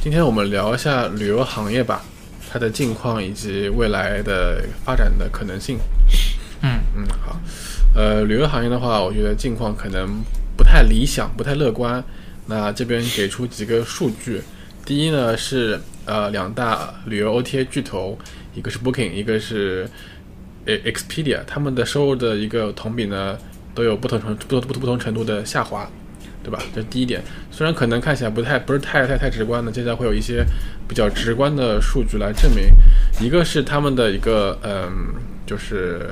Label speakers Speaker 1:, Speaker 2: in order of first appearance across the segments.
Speaker 1: 今天我们聊一下旅游行业吧，它的近况以及未来的发展的可能性。
Speaker 2: 嗯
Speaker 1: 嗯，好。呃，旅游行业的话，我觉得近况可能不太理想，不太乐观。那这边给出几个数据，第一呢是呃两大旅游 OTA 巨头，一个是 Booking，一个是 E- Expedia，他们的收入的一个同比呢都有不同程不同不同不同程度的下滑。对吧？这是第一点。虽然可能看起来不太不是太太太直观的，接下来会有一些比较直观的数据来证明。一个是他们的一个嗯，就是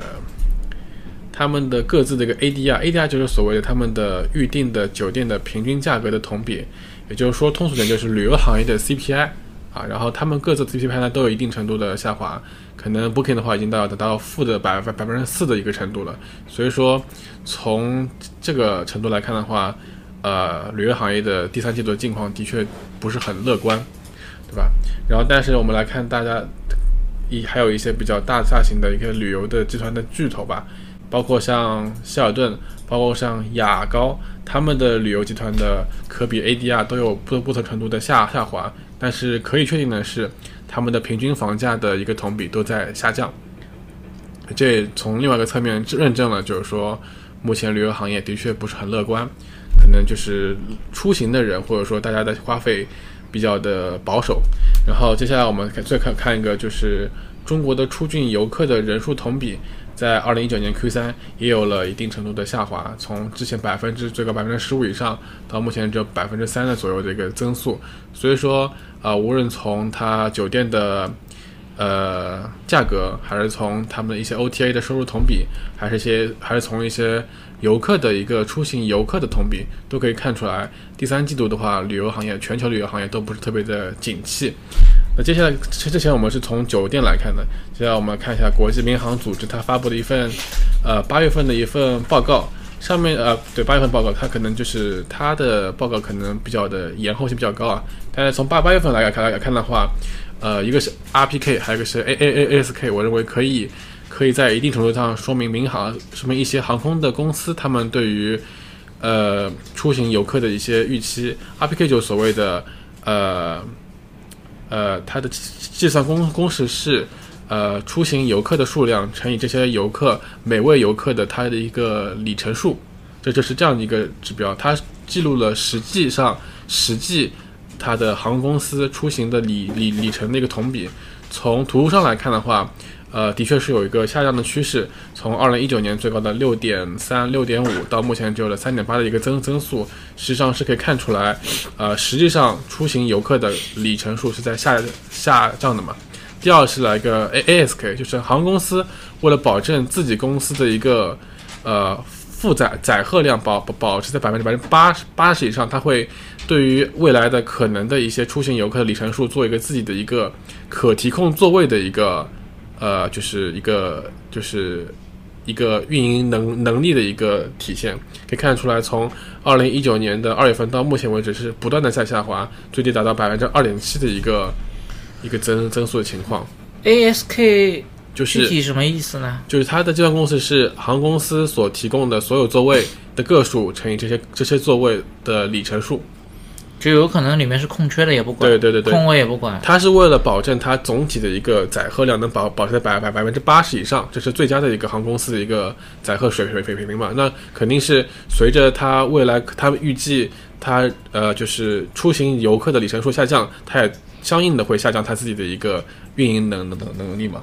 Speaker 1: 他们的各自的一个 ADR，ADR 就是所谓的他们的预定的酒店的平均价格的同比，也就是说通俗点就是旅游行业的 CPI 啊。然后他们各自 CPI 呢都有一定程度的下滑，可能 Booking 的话已经到达到负的百分百分之四的一个程度了。所以说从这个程度来看的话，呃，旅游行业的第三季度的境况的确不是很乐观，对吧？然后，但是我们来看大家一还有一些比较大大型的一个旅游的集团的巨头吧，包括像希尔顿，包括像雅高，他们的旅游集团的可比 ADR 都有不不同程度的下下滑，但是可以确定的是，他们的平均房价的一个同比都在下降。这从另外一个侧面认证了，就是说，目前旅游行业的确不是很乐观，可能就是出行的人或者说大家的花费比较的保守。然后接下来我们看再看看一个，就是中国的出境游客的人数同比，在二零一九年 Q 三也有了一定程度的下滑，从之前百分之最高百分之十五以上，到目前只有百分之三的左右的一个增速。所以说，啊、无论从它酒店的呃价格，还是从他们的一些 OTA 的收入同比，还是一些还是从一些游客的一个出行游客的同比，都可以看出来，第三季度的话，旅游行业全球旅游行业都不是特别的景气。那接下来之之前我们是从酒店来看的，接下来我们看一下国际民航组织它发布的一份，呃八月份的一份报告，上面呃对八月份报告，它可能就是它的报告可能比较的延后性比较高啊，但是从八八月份来看来看的话，呃一个是 RPK，还有一个是 A A A S K，我认为可以可以在一定程度上说明民航说明一些航空的公司他们对于呃出行游客的一些预期，RPK 就是所谓的呃。呃，它的计计算公公式是，呃，出行游客的数量乘以这些游客每位游客的他的一个里程数，这就是这样的一个指标。它记录了实际上实际它的航空公司出行的里里里程的一个同比。从图上来看的话，呃，的确是有一个下降的趋势。从二零一九年最高的六点三、六点五，到目前只有了三点八的一个增增速，实际上是可以看出来，呃，实际上出行游客的里程数是在下下降的嘛。第二是来一个 A A S K，就是航空公司为了保证自己公司的一个呃负载载荷量保保保持在百分之百分之八十八十以上，它会对于未来的可能的一些出行游客的里程数做一个自己的一个可提供座位的一个呃，就是一个就是一个运营能能力的一个体现，可以看得出来，从二零一九年的二月份到目前为止是不断的在下滑，最低达到百分之二点七的一个一个增增速的情况，
Speaker 2: ，ASK
Speaker 1: 就
Speaker 2: 具
Speaker 1: 是
Speaker 2: 体什么意思呢？
Speaker 1: 就是它的计算公式是航空公司所提供的所有座位的个数乘以这些这些座位的里程数。
Speaker 2: 就有可能里面是空缺的，也不管，
Speaker 1: 对对对对
Speaker 2: 空位也不管。
Speaker 1: 它是为了保证它总体的一个载荷量能保保持在百百百分之八十以上，这是最佳的一个航空公司的一个载荷水水水平嘛。那肯定是随着它未来，它预计它呃就是出行游客的里程数下降，它也相应的会下降它自己的一个运营能能能能力嘛。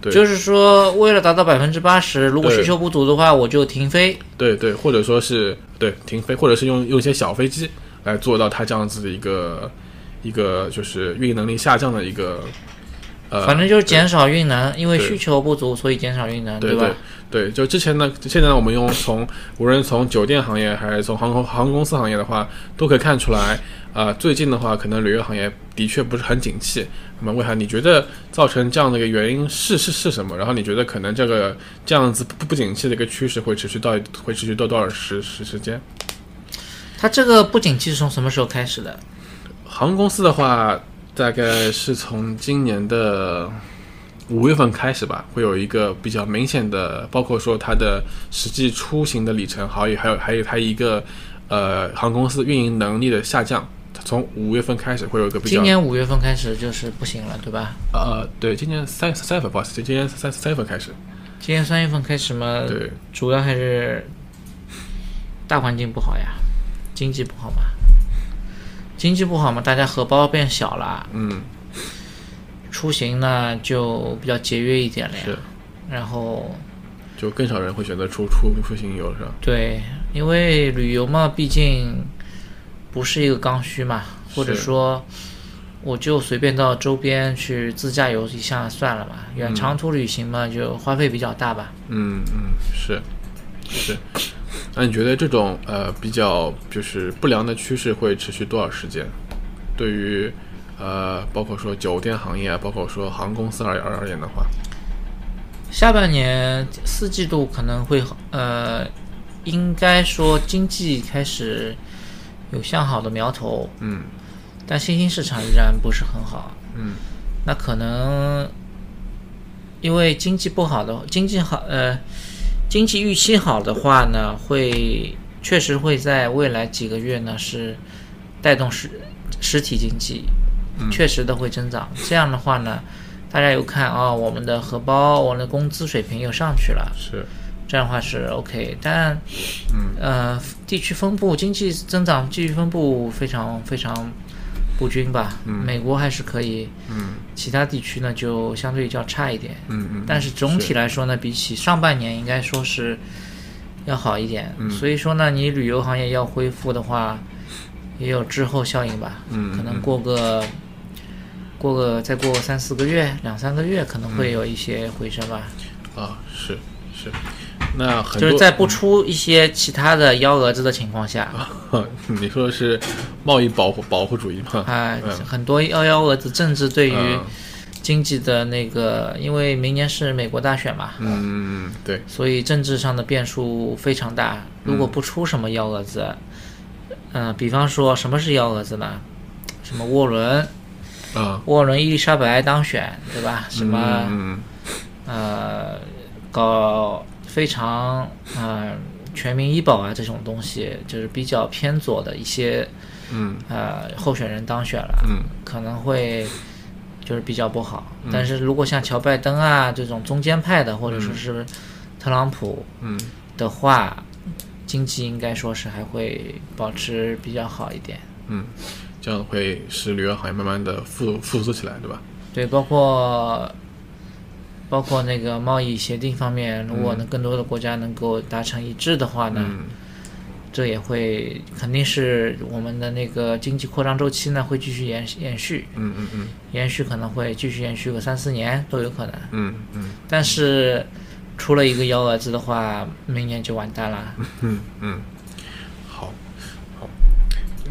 Speaker 1: 对
Speaker 2: 就是说为了达到百分之八十，如果
Speaker 1: 对
Speaker 2: 需求不足的话，我就停飞。
Speaker 1: 对对，或者说是对停飞，或者是用用一些小飞机来做到它这样子的一个一个就是运营能力下降的一个呃，
Speaker 2: 反正就是减少运能，因为
Speaker 1: 对
Speaker 2: 需求不足，所以减少运能，
Speaker 1: 对
Speaker 2: 吧？
Speaker 1: 对，就之前呢，现在我们用从无论从酒店行业还是从航空航空公司行业的话，都可以看出来，啊，最近的话，可能旅游行业的确不是很景气。那么，魏涵，你觉得造成这样的一个原因是是是什么？然后你觉得可能这个这样子不不景气的一个趋势会持续到会持续到多少时时时间？
Speaker 2: 它这个不景气是从什么时候开始的？
Speaker 1: 航空公司的话，大概是从今年的五月份开始吧，会有一个比较明显的，包括说它的实际出行的里程，还有还有还有它一个呃航空公司运营能力的下降。从五月份开始会有一个比较，
Speaker 2: 今年五月份开始就是不行了，对吧？
Speaker 1: 呃对，今年三三月份，不好意思，今年三三月份开始，
Speaker 2: 今年三月份开始嘛，
Speaker 1: 对
Speaker 2: 主要还是大环境不好呀，经济不好嘛，经济不好嘛，大家荷包变小了，
Speaker 1: 嗯
Speaker 2: 出行呢就比较节约一点了呀
Speaker 1: 是。，
Speaker 2: 然后
Speaker 1: 就更少人会选择出出出行游了，是吧？
Speaker 2: 对，因为旅游嘛，毕竟不是一个刚需嘛，或者
Speaker 1: 是
Speaker 2: 说我就随便到周边去自驾游一下算了吧。远长途旅行嘛，就花费比较大吧。
Speaker 1: 嗯嗯，是是。那你觉得这种呃比较就是不良的趋势会持续多少时间？对于呃包括说酒店行业啊，包括说航空公司而而而言的话，
Speaker 2: 下半年四季度可能会好呃，应该说经济开始有向好的苗头，
Speaker 1: 嗯
Speaker 2: 但新兴市场依然不是很好。
Speaker 1: 嗯
Speaker 2: 那可能因为经济不好的，经济好呃，经济预期好的话呢，会确实会在未来几个月呢是带动实实体经济，确实的会增长。这样的话呢，大家有看啊、我们的荷包，我们的工资水平又上去了，
Speaker 1: 是
Speaker 2: 这样的话是 OK。但，
Speaker 1: 嗯
Speaker 2: 呃，地区分布经济增长地区分布非常非常不均吧。美国还是可以，
Speaker 1: 嗯
Speaker 2: 其他地区呢就相对较差一点。
Speaker 1: 嗯嗯，
Speaker 2: 但是总体来说呢，比起上半年应该说是要好一点。
Speaker 1: 嗯
Speaker 2: 所以说呢，你旅游行业要恢复的话，也有滞后效应吧。
Speaker 1: 嗯嗯
Speaker 2: 可能过个过个再过个三四个月、两三个月，可能会有一些回升吧。
Speaker 1: 啊是是，那很
Speaker 2: 就
Speaker 1: 多
Speaker 2: 是在不出一些其他的幺蛾子的情况下，啊、
Speaker 1: 你说的是贸易保护保护主义吗？嗯
Speaker 2: 啊很多幺幺蛾子，政治对哎于
Speaker 1: 嗯
Speaker 2: 经济的那个，因为明年是美国大选嘛，
Speaker 1: 嗯嗯对
Speaker 2: 所以政治上的变数非常大。如
Speaker 1: 嗯
Speaker 2: 果不出什么幺蛾子，嗯、比方说什么是幺蛾子呢？什么沃伦，
Speaker 1: 啊
Speaker 2: 沃伦伊丽莎白当选，对吧？什么、
Speaker 1: 嗯
Speaker 2: 呃，搞非常呃全民医保啊这种东西，就是比较偏左的一些
Speaker 1: 嗯
Speaker 2: 呃候选人当选了，
Speaker 1: 嗯
Speaker 2: 可能会就是比较不好。嗯但是如果像乔拜登啊这种中间派的，或者说是特朗普
Speaker 1: 嗯嗯
Speaker 2: 的话，经济应该说是还会保持比较好一点。
Speaker 1: 嗯，这样会使旅游行业慢慢的复复苏起来，对吧？
Speaker 2: 对，包括包括那个贸易协定方面，如果能更多的国家能够达成一致的话呢，
Speaker 1: 嗯
Speaker 2: 这也会肯定是我们的那个经济扩张周期呢会继续延延续，
Speaker 1: 嗯嗯嗯
Speaker 2: 延续可能会继续延续个三四年都有可能。
Speaker 1: 嗯嗯
Speaker 2: 但是出了一个幺蛾子的话，明年就完蛋了。
Speaker 1: 嗯嗯，好，好。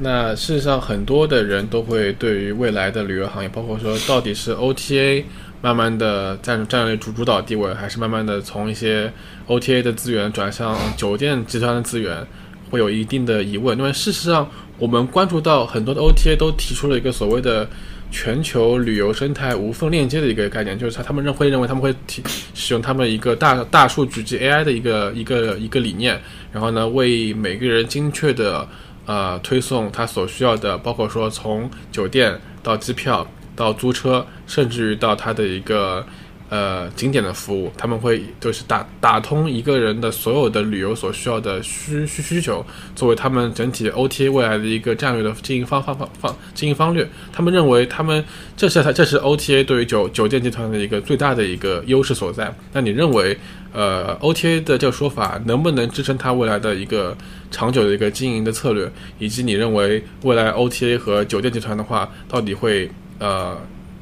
Speaker 1: 那事实上，很多的人都会对于未来的旅游行业，包括说到底是 OTA 慢慢的占占据主主导地位，还是慢慢的从一些 OTA 的资源转向酒店集团的资源，会有一定的疑问。因为事实上，我们关注到很多的 OTA 都提出了一个所谓的全球旅游生态无缝链接的一个概念，就是他他们认会认为他们会提使用他们一个大大数据及 AI 的一个一个一个理念，然后呢，为每个人精确的呃推送他所需要的，包括说从酒店到机票到租车，甚至于到他的一个呃景点的服务，他们会就是打打通一个人的所有的旅游所需要的需需需求，作为他们整体 OTA 未来的一个战略的经营方方方方经营方略。他们认为他们这是这是 OTA 对于酒酒店集团的一个最大的一个优势所在。那你认为呃 OTA 的这个说法能不能支撑它未来的一个长久的一个经营的策略，以及你认为未来 OTA 和酒店集团的话到底会呃？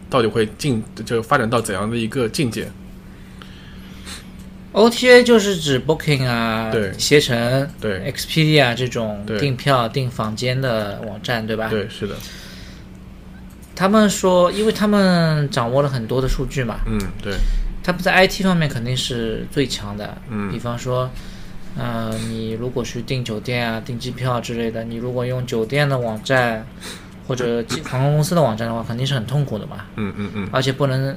Speaker 1: 到底会进就发展到怎样的一个境界？
Speaker 2: OTA 就是指 Booking 啊，
Speaker 1: 对
Speaker 2: 携程、
Speaker 1: 对
Speaker 2: Expedia 这种
Speaker 1: 对
Speaker 2: 订票、订房间的网站，对吧？
Speaker 1: 对，是的，
Speaker 2: 他们说，因为他们掌握了很多的数据嘛，
Speaker 1: 嗯，对，
Speaker 2: 他们在 IT 方面肯定是最强的。
Speaker 1: 嗯
Speaker 2: 比方说，呃，你如果去订酒店啊、订机票之类的，你如果用酒店的网站或 者机航空公司的网站的话，肯定是很痛苦的嘛。
Speaker 1: 嗯嗯嗯，
Speaker 2: 而且不能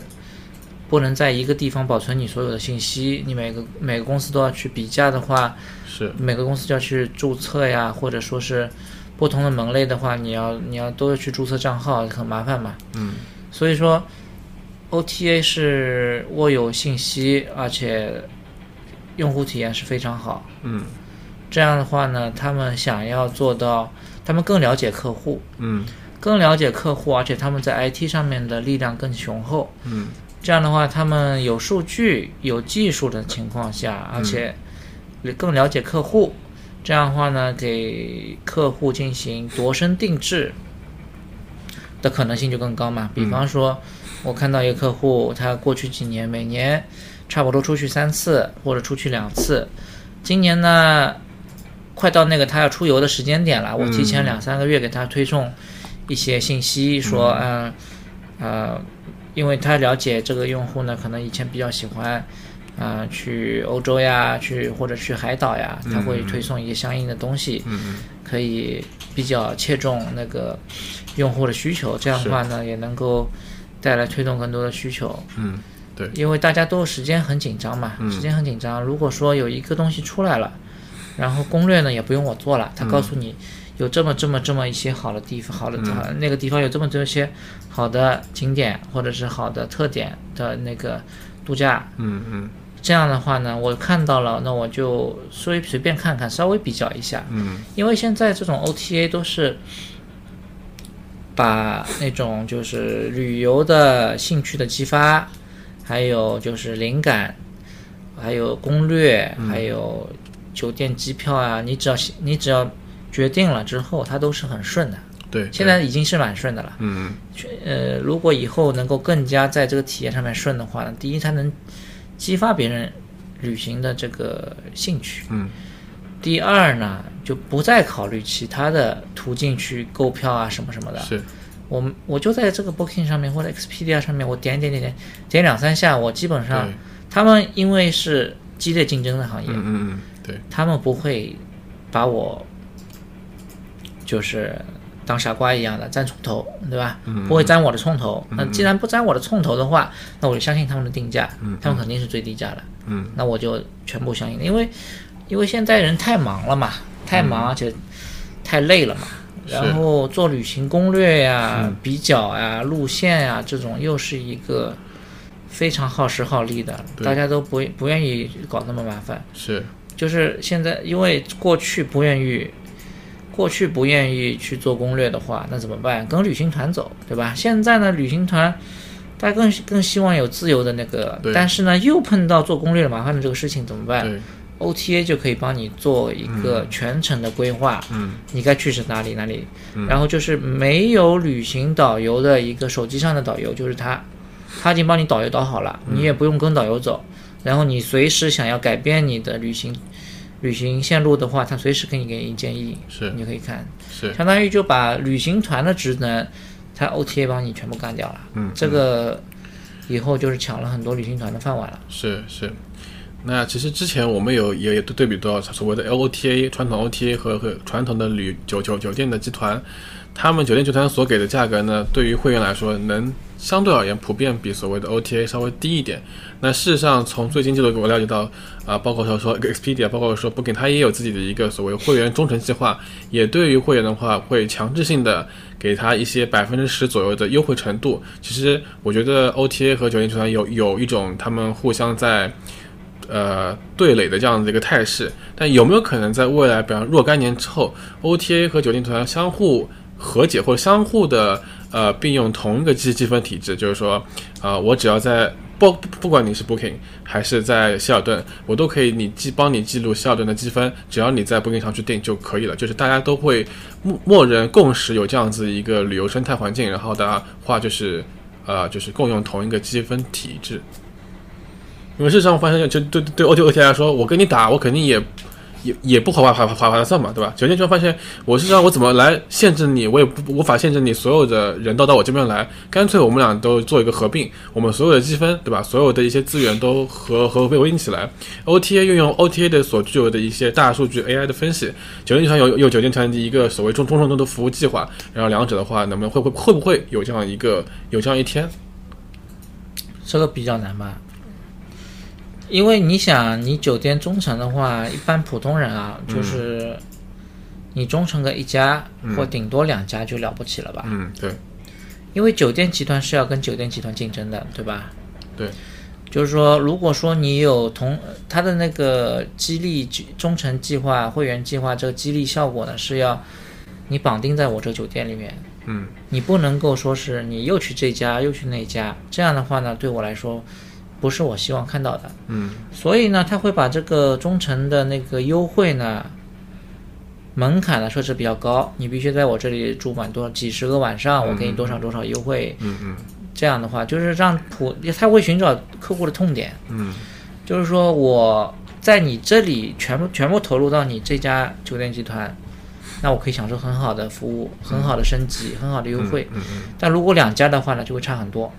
Speaker 2: 不能在一个地方保存你所有的信息，你每个每个公司都要去比价的话，
Speaker 1: 是，
Speaker 2: 每个公司就要去注册呀，或者说是不同的门类的话，你要你要都要去注册账号，很麻烦嘛。
Speaker 1: 嗯
Speaker 2: 所以说，OTA 是握有信息，而且用户体验是非常好。
Speaker 1: 嗯
Speaker 2: 这样的话呢，他们想要做到，他们更了解客户，
Speaker 1: 嗯
Speaker 2: 更了解客户，而且他们在 IT 上面的力量更雄厚。
Speaker 1: 嗯
Speaker 2: 这样的话，他们有数据、有技术的情况下，而且更了解客户。这样的话呢，给客户进行度身定制的可能性就更高嘛。比方说，我看到一个客户，他过去几年每年差不多出去三次或者出去两次，今年呢，快到那个他要出游的时间点了，我提前两三个月给他推送一些信息，说嗯呃，因为他了解这个用户呢，可能以前比较喜欢。啊、去欧洲呀，去或者去海岛呀，他会推送一些相应的东西，
Speaker 1: 嗯
Speaker 2: 可以比较切中那个用户的需求。这样的话呢，也能够带来推动更多的需求。
Speaker 1: 嗯，对，
Speaker 2: 因为大家都时间很紧张嘛，时间很紧张。如果说有一个东西出来了，然后攻略呢也不用我做了，他告诉你有这么这么这么一些好的地方，好的、好那个地方有这么这么些好的景点或者是好的特点的那个度假。
Speaker 1: 嗯嗯
Speaker 2: 这样的话呢，我看到了，那我就随随便看看，稍微比较一下。
Speaker 1: 嗯
Speaker 2: 因为现在这种 OTA 都是把那种就是旅游的兴趣的激发，还有就是灵感，还有攻略，还有酒店、机票啊，你只要你只要决定了之后，它都是很顺的。
Speaker 1: 对，
Speaker 2: 现在已经是蛮顺的了。
Speaker 1: 嗯
Speaker 2: 呃，如果以后能够更加在这个体验上面顺的话呢，第一，它能激发别人旅行的这个兴趣。
Speaker 1: 嗯
Speaker 2: 第二呢，就不再考虑其他的途径去购票啊什么什么的。
Speaker 1: 是，
Speaker 2: 我们我就在这个 Booking 上面或者 Expedia 上面，我点点点点点两三下，我基本
Speaker 1: 对，
Speaker 2: 上他们因为是激烈竞争的行业，
Speaker 1: 嗯嗯嗯，对，
Speaker 2: 他们不会把我就是当傻瓜一样的沾葱头，对吧？
Speaker 1: 嗯
Speaker 2: 不会沾我的葱头。那既然不沾我的葱头的话，那我就相信他们的定价，他们肯定是最低价的。
Speaker 1: 嗯，
Speaker 2: 那我就全部相信，因为因为现在人太忙了嘛，太忙而且太累了嘛。
Speaker 1: 嗯是
Speaker 2: 然后做旅行攻略呀、比较呀、路线呀，这种又是一个非常耗时耗力的，
Speaker 1: 对
Speaker 2: 大家都不不愿意搞那么麻烦。
Speaker 1: 是，
Speaker 2: 就是现在，因为过去不愿意，过去不愿意去做攻略的话，那怎么办？跟旅行团走，对吧？现在呢，旅行团大家更更希望有自由的那个
Speaker 1: 对，
Speaker 2: 但是呢，又碰到做攻略的麻烦的这个事情怎么办
Speaker 1: 对，
Speaker 2: ？OTA 就可以帮你做一个全程的规划，
Speaker 1: 嗯
Speaker 2: 你该去是哪里哪里，然后就是没有旅行导游的一个手机上的导游，就是他，他已经帮你导游导好了，
Speaker 1: 嗯
Speaker 2: 你也不用跟导游走，然后你随时想要改变你的旅行旅行线路的话，他随时给你给你建议，
Speaker 1: 是
Speaker 2: 你可以看，
Speaker 1: 是，
Speaker 2: 相当于就把旅行团的职能，他 OTA 帮你全部干掉了，
Speaker 1: 嗯
Speaker 2: 这个以后就是抢了很多旅行团的饭碗了，
Speaker 1: 是是。那其实之前我们有也也对比到所谓的 OTA 传统 OTA 和和传统的旅酒酒酒店的集团，他们酒店集团所给的价格呢，对于会员来说能相对而言普遍比所谓的 OTA 稍微低一点。那事实上，从最近这个我了解到，啊、包括说说 Expedia，包括说 Booking，它也有自己的一个所谓会员忠诚计划，也对于会员的话会强制性的给他一些百分之十左右的优惠程度。其实我觉得 OTA 和酒店集团有有一种他们互相在。呃对垒的这样的一个态势。但有没有可能在未来，比方若干年之后，OTA 和酒店集团相互和解或者相互的呃并用同一个积积分体制？就是说，啊、我只要在不不管你是 Booking 还是在希尔顿，我都可以你记帮你记录希尔顿的积分，只要你在 Booking 上去订就可以了。就是大家都会默默认共识有这样子一个旅游生态环境，然后大家话就是呃就是共用同一个积分体制。因为事实上，我发现就对对 O T O T 来说，我跟你打，我肯定也也也不划划划划划算嘛，对吧？酒店就发现，我事实上我怎么来限制你，我也不无法限制你所有的人都到我这边来，干脆我们俩都做一个合并，我们所有的积分，对吧？所有的一些资源都合合合并起来，OTA 运用 OTA 的所具有的一些大数据 AI 的分析，酒店集团有有酒店集团的一个所谓中中中中的服务计划，然后两者的话，能不能会会会不会有这样一个有这样一天？
Speaker 2: 这个比较难吧？因为你想，你酒店忠诚的话，一般普通人啊，就是你忠诚个一家、或顶多两家就了不起了吧？
Speaker 1: 嗯，对
Speaker 2: 因为酒店集团是要跟酒店集团竞争的，对吧？
Speaker 1: 对，
Speaker 2: 就是说，如果说你有同他的那个激励计忠诚计划、会员计划，这个激励效果呢是要你绑定在我这个酒店里面，
Speaker 1: 嗯，
Speaker 2: 你不能够说是你又去这家又去那家，这样的话呢，对我来说不是我希望看到的。
Speaker 1: 嗯
Speaker 2: 所以呢，他会把这个忠诚的那个优惠呢，门槛呢设置比较高，你必须在我这里住满多几十个晚上，我给你多少多少优惠。
Speaker 1: 嗯嗯
Speaker 2: 这样的话，就是让普他会寻找客户的痛点，
Speaker 1: 嗯
Speaker 2: 就是说我在你这里全部全部投入到你这家酒店集团，那我可以享受很好的服务、很好的升级、很好的优惠。
Speaker 1: 嗯嗯
Speaker 2: 但如果两家的话呢，就会差很多，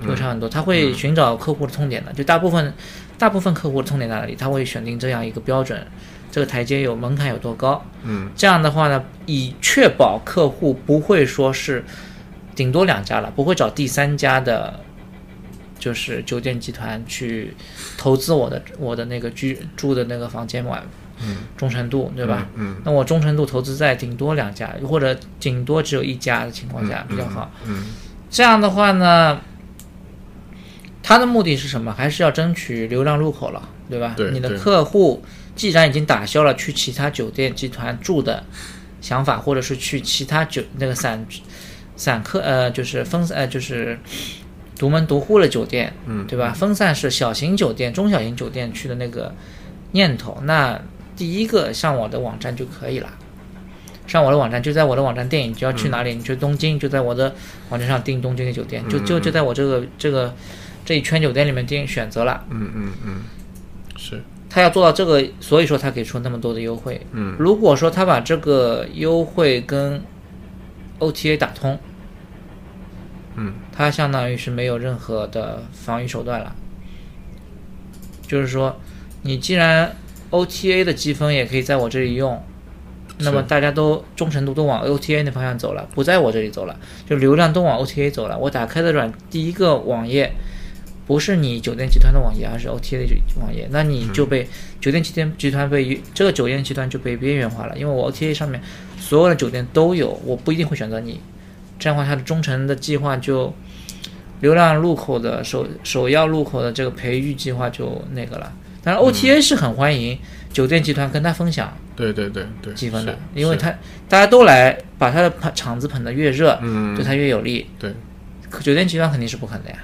Speaker 2: 就会差很多。他会寻找客户的痛点的，就大部分大部分客户的痛点在哪里，他会选定这样一个标准，这个台阶有门槛有多高。
Speaker 1: 嗯，
Speaker 2: 这样的话呢，以确保客户不会说是顶多两家了，不会找第三家的。就是酒店集团去投资我的我的那个居住的那个房间嘛，忠诚度对吧？
Speaker 1: 嗯
Speaker 2: 那我忠诚度投资在顶多两家，或者顶多只有一家的情况下比较好。
Speaker 1: 嗯
Speaker 2: 这样的话呢，他的目的是什么？还是要争取流量入口了，对吧？
Speaker 1: 对
Speaker 2: 你的
Speaker 1: 对嗯
Speaker 2: 客户既然已经打消了去其他酒店集团住的想法，或者是去其他酒那个散散客呃，就是分散呃就是独门独户的酒店，
Speaker 1: 嗯
Speaker 2: 对吧？分散式小型酒店、中小型酒店去的那个念头，那第一个上我的网站就可以了。上我的网站，就在我的网站订，你就要去哪里？你去东京，就在我的网站上订东京的酒店，就就就在我这个这个这一圈酒店里面订选择了。
Speaker 1: 嗯嗯嗯，是，
Speaker 2: 他要做到这个，所以说他给出那么多的优惠。
Speaker 1: 嗯
Speaker 2: 如果说他把这个优惠跟 OTA 打通，
Speaker 1: 嗯，
Speaker 2: 他相当于是没有任何的防御手段了。就是说，你既然 OTA 的积分也可以在我这里用，那么
Speaker 1: 是
Speaker 2: 大家都忠诚度都往 OTA 那方向走了，不在我这里走了，就流量都往 OTA 走了。我打开的软第一个网页不是你酒店集团的网页，而是 OTA 的网页，那你就被、酒店集团集团被这个酒店集团就被边缘化了，因为我 OTA 上面所有的酒店都有，我不一定会选择你。这样的话，它的忠诚的计划就流量入口的首首要入口的这个培育计划就那个了。当
Speaker 1: 嗯
Speaker 2: 然 OTA 是很欢迎酒店集团跟他分享
Speaker 1: 对对对对，
Speaker 2: 积分的
Speaker 1: 是，
Speaker 2: 因为
Speaker 1: 是
Speaker 2: 他大家都来把他的场子捧得越热，
Speaker 1: 嗯
Speaker 2: 对他越有利。
Speaker 1: 对
Speaker 2: 可酒店集团肯定是不肯的呀，